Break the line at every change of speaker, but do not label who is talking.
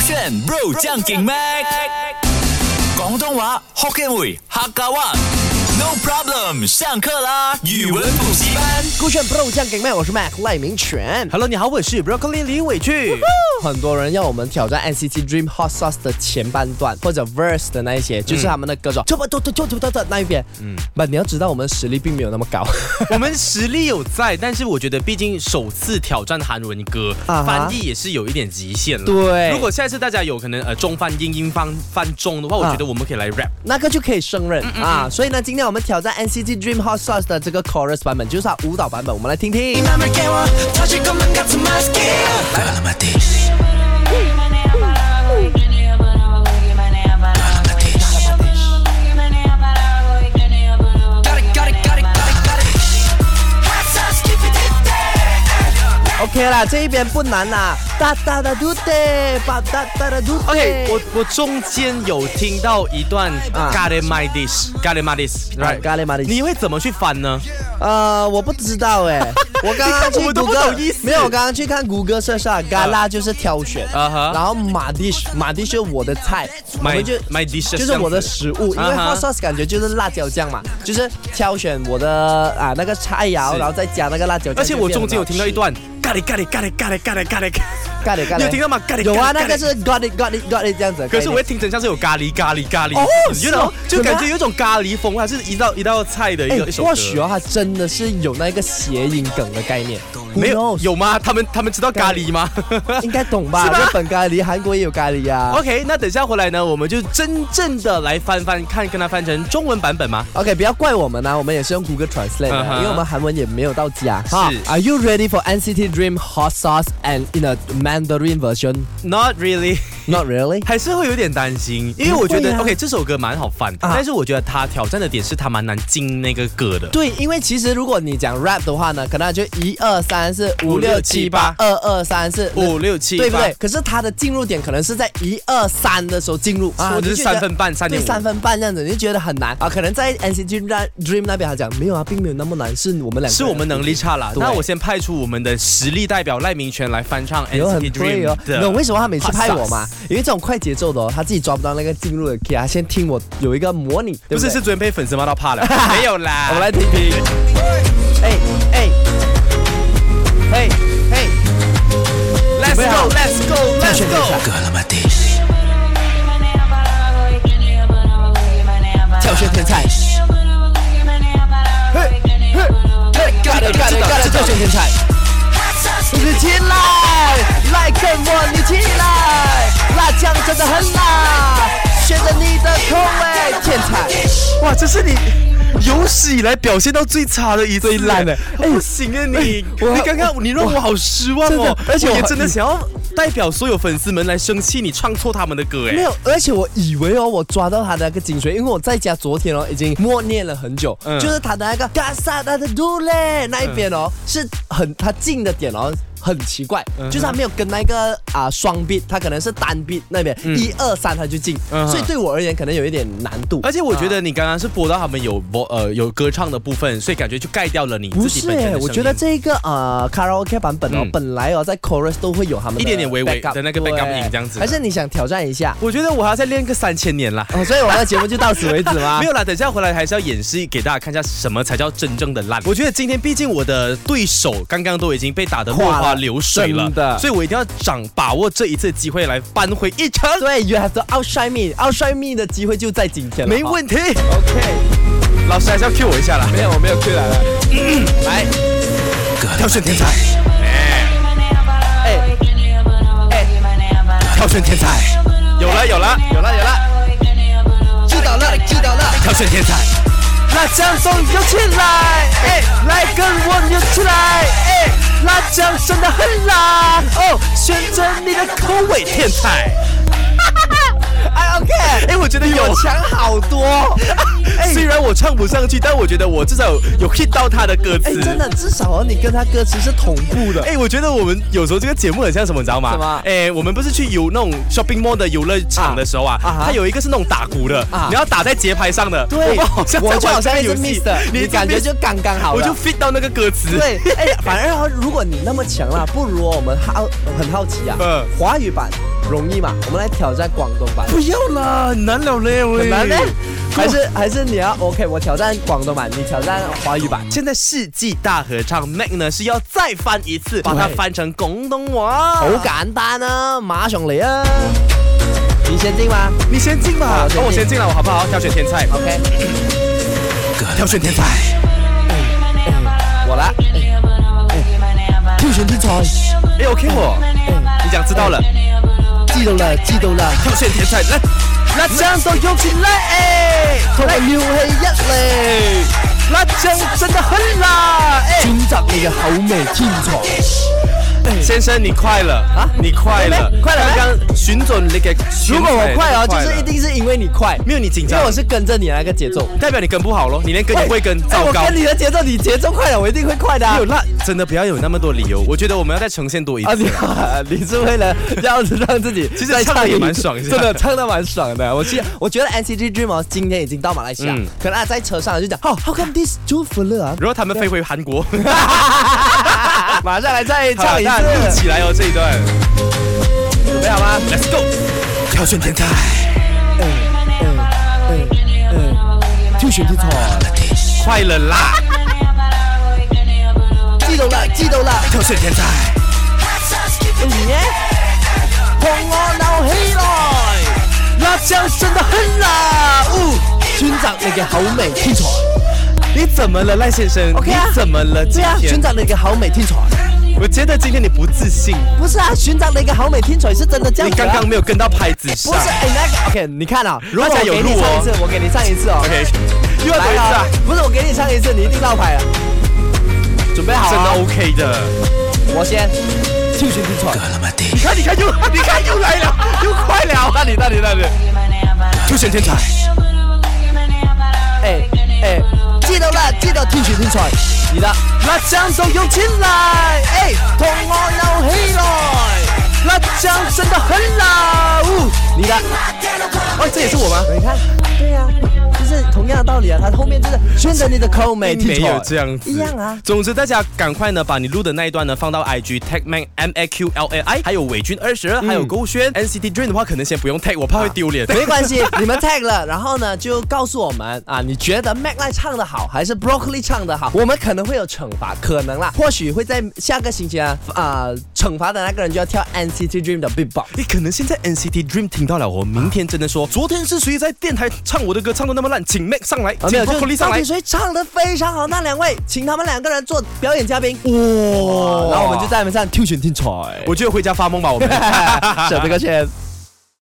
选 bro 将劲 mac，广东话 Hokkien 语客家话。No problem，上课啦！语文补习班。
酷炫 Pro 酱给麦，我是 Mac 赖明全。
Hello，你好，我是 Broccoli 李伟俊。
很多人要我们挑战 NCT Dream Hot Sauce 的前半段或者 verse 的那一些，就是他们的歌手嗯这么多多多多多的那一边。嗯，不，你要知道我们实力并没有那么 高。
我们实力有在，但是我觉得毕竟首次挑战韩文歌
啊哈
翻译也是有一点极限了。
对
如果下次大家有可能呃中翻英英翻翻中的话，我
啊
觉得我们可以来 rap。
那个就可以胜任啊！所以呢，今天我们挑战 NCT Dream Hot Sauce 的这个 chorus 版本，就是它舞蹈版本，我们来听听。
맘을 깨워 터질 것만 같은 마스크 바람아띠 까리 까리 까리 까리 까리 핫사스 깊이 딥데
OK 啦，这一边不难啦，哒哒哒嘟的，吧哒哒哒嘟的。
OK，我我中间有听到一段
啊
g a t i my dish，g a t i my dish，right？
咖喱玛丽，
你会怎么去翻呢？
呃，我不知道 哎、我刚刚去
我都
谷
不
歌
懂意，思
没有，我刚刚去看谷歌设下，gala 就是挑选，
啊哈
然后马蒂是马蒂是我的菜，我
My-
们就
my dish
就是
这样
我的
子
食物，因为
啊哈
hot sauce 感觉就是辣椒酱嘛，就是挑选我的啊那个菜肴，
是
然后再加那个辣椒酱，
而且我中间有听到一段 g a t i g a t i g a t i g a t i g a t i g a t i
咖喱咖喱，
你有听到吗咖喱
有啊，
咖喱
那个是 got it got it got it 这样子的概念，
可是我会听成像是有咖喱咖喱咖喱，
哦
你知
是
道
哦，
就
有
感
吗
觉有一种咖喱风，它是一道一道菜的一
哎
个一首歌。
或许哦，它真的是有那个谐音梗的概念，
没有
Who knows？
有吗？他们他们知道咖 喱吗
应该懂吧？
是哦吧
日本咖喱，韩国也有咖喱呀、啊。
？OK，那等下回来呢，我们就真正的来翻翻看，跟它翻成中文版本吗？
OK，不要怪我们啊啦、我们也是用 Google Translate，、的
嗯哼
因为我们韩文也没有到家。哈
是
，Are you ready for NCT Dream Hot Sauce and in a Mandarin version?
Not really，
Not really
还是会有点担心，因为我
不
觉
会
得、
啊
OK 这首歌蛮好翻，
啊
但是我觉得它挑战的点是它蛮难进那个歌的。
对，因为其实如果你讲 rap 的话呢，可能就一二三四五六七八，二二三四
五六七，
对不对
八？？
可是它的进入点可能是在一二三的时候进入，
或者
你啊
是
就觉得
三分半三点
对，
五
三分半这样子，你就觉得很难啊。可能在 NCT Dream 那边他讲没有啊，并没有那么难，是我们两个
是我们能力差啦。
对
那我先派出我们的实力代表赖明权来翻唱
有很
NCT
贵哦
Dream，
你
的。
懂为什么他每次拍我吗
Hot？
因为这种快节奏的哦，他自己抓不到那个进入的 key，他先听我有一个模拟，对
不
不
是
对？
是昨天被粉丝骂到 怕了，没有啦。
我们来听听。哎哎，嘿嘿
，Let's
准备好
go，Let's go，Let's
选
go。
跳选天才，干的干的干的跳选天才。你起来，来跟我你起来，辣酱真的很辣，选择你的口味，天才。
哇，这是你有史以来表现到最差的一次，最
烂的哎
不行啊你！
我
你刚刚你让我好失望
真
哦
的，而且我
也真的想要代表所有粉丝们来生气，你唱错他们的歌
没
哎。
有，而且我以为哦，我抓到他的那个精髓，因为我在家昨天哦已经默念了很久，
嗯
就是他的那个嘎萨达的杜嘞那一边哦、是很他进的点哦。很奇怪，
嗯
就是他没有跟那个啊、双 beat，他可能是单 beat 那边一二三他就进，
嗯嗯哼
所以对我而言可能有一点难度。
而且我觉得你刚刚是播到他们有播呃有歌唱的部分，所以感觉就盖掉了你自
不
己
是
本身
欸
的声音。
我觉得这个啊卡拉 OK 版本哦，
嗯
本来哦在 chorus 都会有他们的
一点点微微
backup，
的那个 backup
对
音这样子的
还是你想挑战一下？
我觉得我还要再练个三千年啦。
哦，所以我们的节目就到此为止 吗？
没有啦，等一下回来还是要演示给大家看一下什么才叫真正的烂。我觉得今天毕竟我的对手刚刚都已经被打得落
垮
花
了
流水了，
真的
所以我一定要掌把握这一次机会来扳回一城。
对，You have to outshine me，outshine me 的机会就在今天了。
没问题，
好不好，OK，
老师还是要 cue 我一下啦。
没有，我没有 Q 来了。
嗯
来，
挑选天才，挑选天才，有了有了有了有了，
知道了，知道了。
挑选天才。
辣酱送游起来，哎，来跟我游起来，哎，辣酱真的很辣，哦，选择你的口味，天才。 哎，OK，哎
哎，我觉得
比我
有。哎
强好 多。
虽然我唱不上去，但我觉得我至少有有 hit 到他的歌词。
哎，真的，至少哦，你跟他歌词是同步的。
哎、我觉得我们有时候这个节目很像什么，你知道吗？
什么
哎、我们不是去游那种 shopping mall 的游乐场的时候啊，
啊啊哈
它有一个是那种打鼓的，
啊
你要打在节拍上的。
对，
我好像在
我就
玩
好像
这
一
个
直
游戏
miss 的，你感觉
miss，
就刚刚好
我
了
就。fit 到那个歌词。
对，哎，反而哦如果你那么强啦，不如哦我们好很好奇啊
嗯，
华语版容易嘛？我们来挑战广东版，
不要啦，很难了嘞，喂
很难呢？还是还是你要 OK？我挑战广东版，你挑战华语版。
现在世纪大合唱 Mac 呢是要再翻一次，把它
对
翻成广东话。
好简单啊，马上嚟啊！你先进吗
你先进吧，
好
哦，
我
我
先进
先进了，我好不好？挑选天菜，
？OK，
挑选天菜，
我来。挑选天才，
哎，OK 我，你讲知道了，
知道啦，知道啦。
挑选天菜，来，
辣醬到用起來，哎，同埋撩起一
哎
嚟，辣醬真的很辣，哎，專集你嘅口味天才。
先生你快了啊，你快了
妹，快了咩
刚刚寻准那个，
如果我快哦，
你
就是一定是因为你快，
没有你紧
因
张
为我，是跟着你的那个节奏。
代表你跟不好咯，你连跟也不会跟，
哎
糟糕
我。跟你的节奏，你节奏快了，我一定会快的啊。
没有那真的不要有那么多理由，我觉得我们要再呈现多 一
啊，
次。
你你是为了 要让自己
其实
再
唱得
一
也蛮
次
爽一下
真的唱的蛮爽的。我记，我觉得 NCT Dream 哦今天已经到马来西亚
嗯，
可能他啊在车上就讲，哦，How come this 祝福了啊？
然后他们飞回韩 国，
马上来再
好
唱一
那录
次，
起来哦这一段
准备好吗？
，Let's go，挑选天才，
就选不错，
快了啦，
激动了，激动了，
挑选天才，
耶！同我闹起来，辣椒真的很辣，呜！寻找你嘅口味天才，
你怎么了赖先生
OK 啊
你怎么了今
对啊，
天
寻？找你嘅口味天才，
我觉得今天你不自信，
不是啊，寻找你嘅口味天才是真的这
你
样子啊
刚刚没有跟到拍子
不
上
是哎那个 OK，你看啊，如
果
果我
有
给
录
你唱
哦
一次，我给你唱一次哦，
，OK，又要走一
来
次啊
啊，，不是我给你唱一次，你一定绕牌啊，准备好
真的
啊，
OK 的，
我先，就选天才。
你看你看又 你看又来 了，又快了，那你那你那你，挑选天才，
哎哎，记得啦，记得天选天才，你的辣酱都用起来，哎，同我扭起来，辣酱真的很辣，呜，你的，哦，这也是我吗？你看，对呀、就是同样的道理啊，它后面就是选择你的口味，
没有这样子，
一样啊。
总之，大家赶快呢，把你录的那一段呢放到 IG tag man m a q l a i，还有伟军二十二，还有勾轩 NCT Dream 的话，可能先不用 tag，我怕会丢脸。
没 关系，你们 tag 了，然后呢就告诉我们啊，你觉得 Mac Light 唱的好还是 Broccoli 唱的好？我们可能会有惩罚，可能啦，或许会在下个星期啊啊、惩罚的那个人就要跳 NCT Dream 的 Beatbox。
你可能现在 NCT Dream 听到了我，明天真的说，昨天是谁在电台唱我的歌唱的那么烂，请 Mac 上来，
啊，
请 Broccoli 上来
所以唱的非常好，那两位，请他们两个人做表演嘉宾。哇、 然后我们就在他们上挑选天才，
我觉得回家发梦吧，我们。
舍这个圈。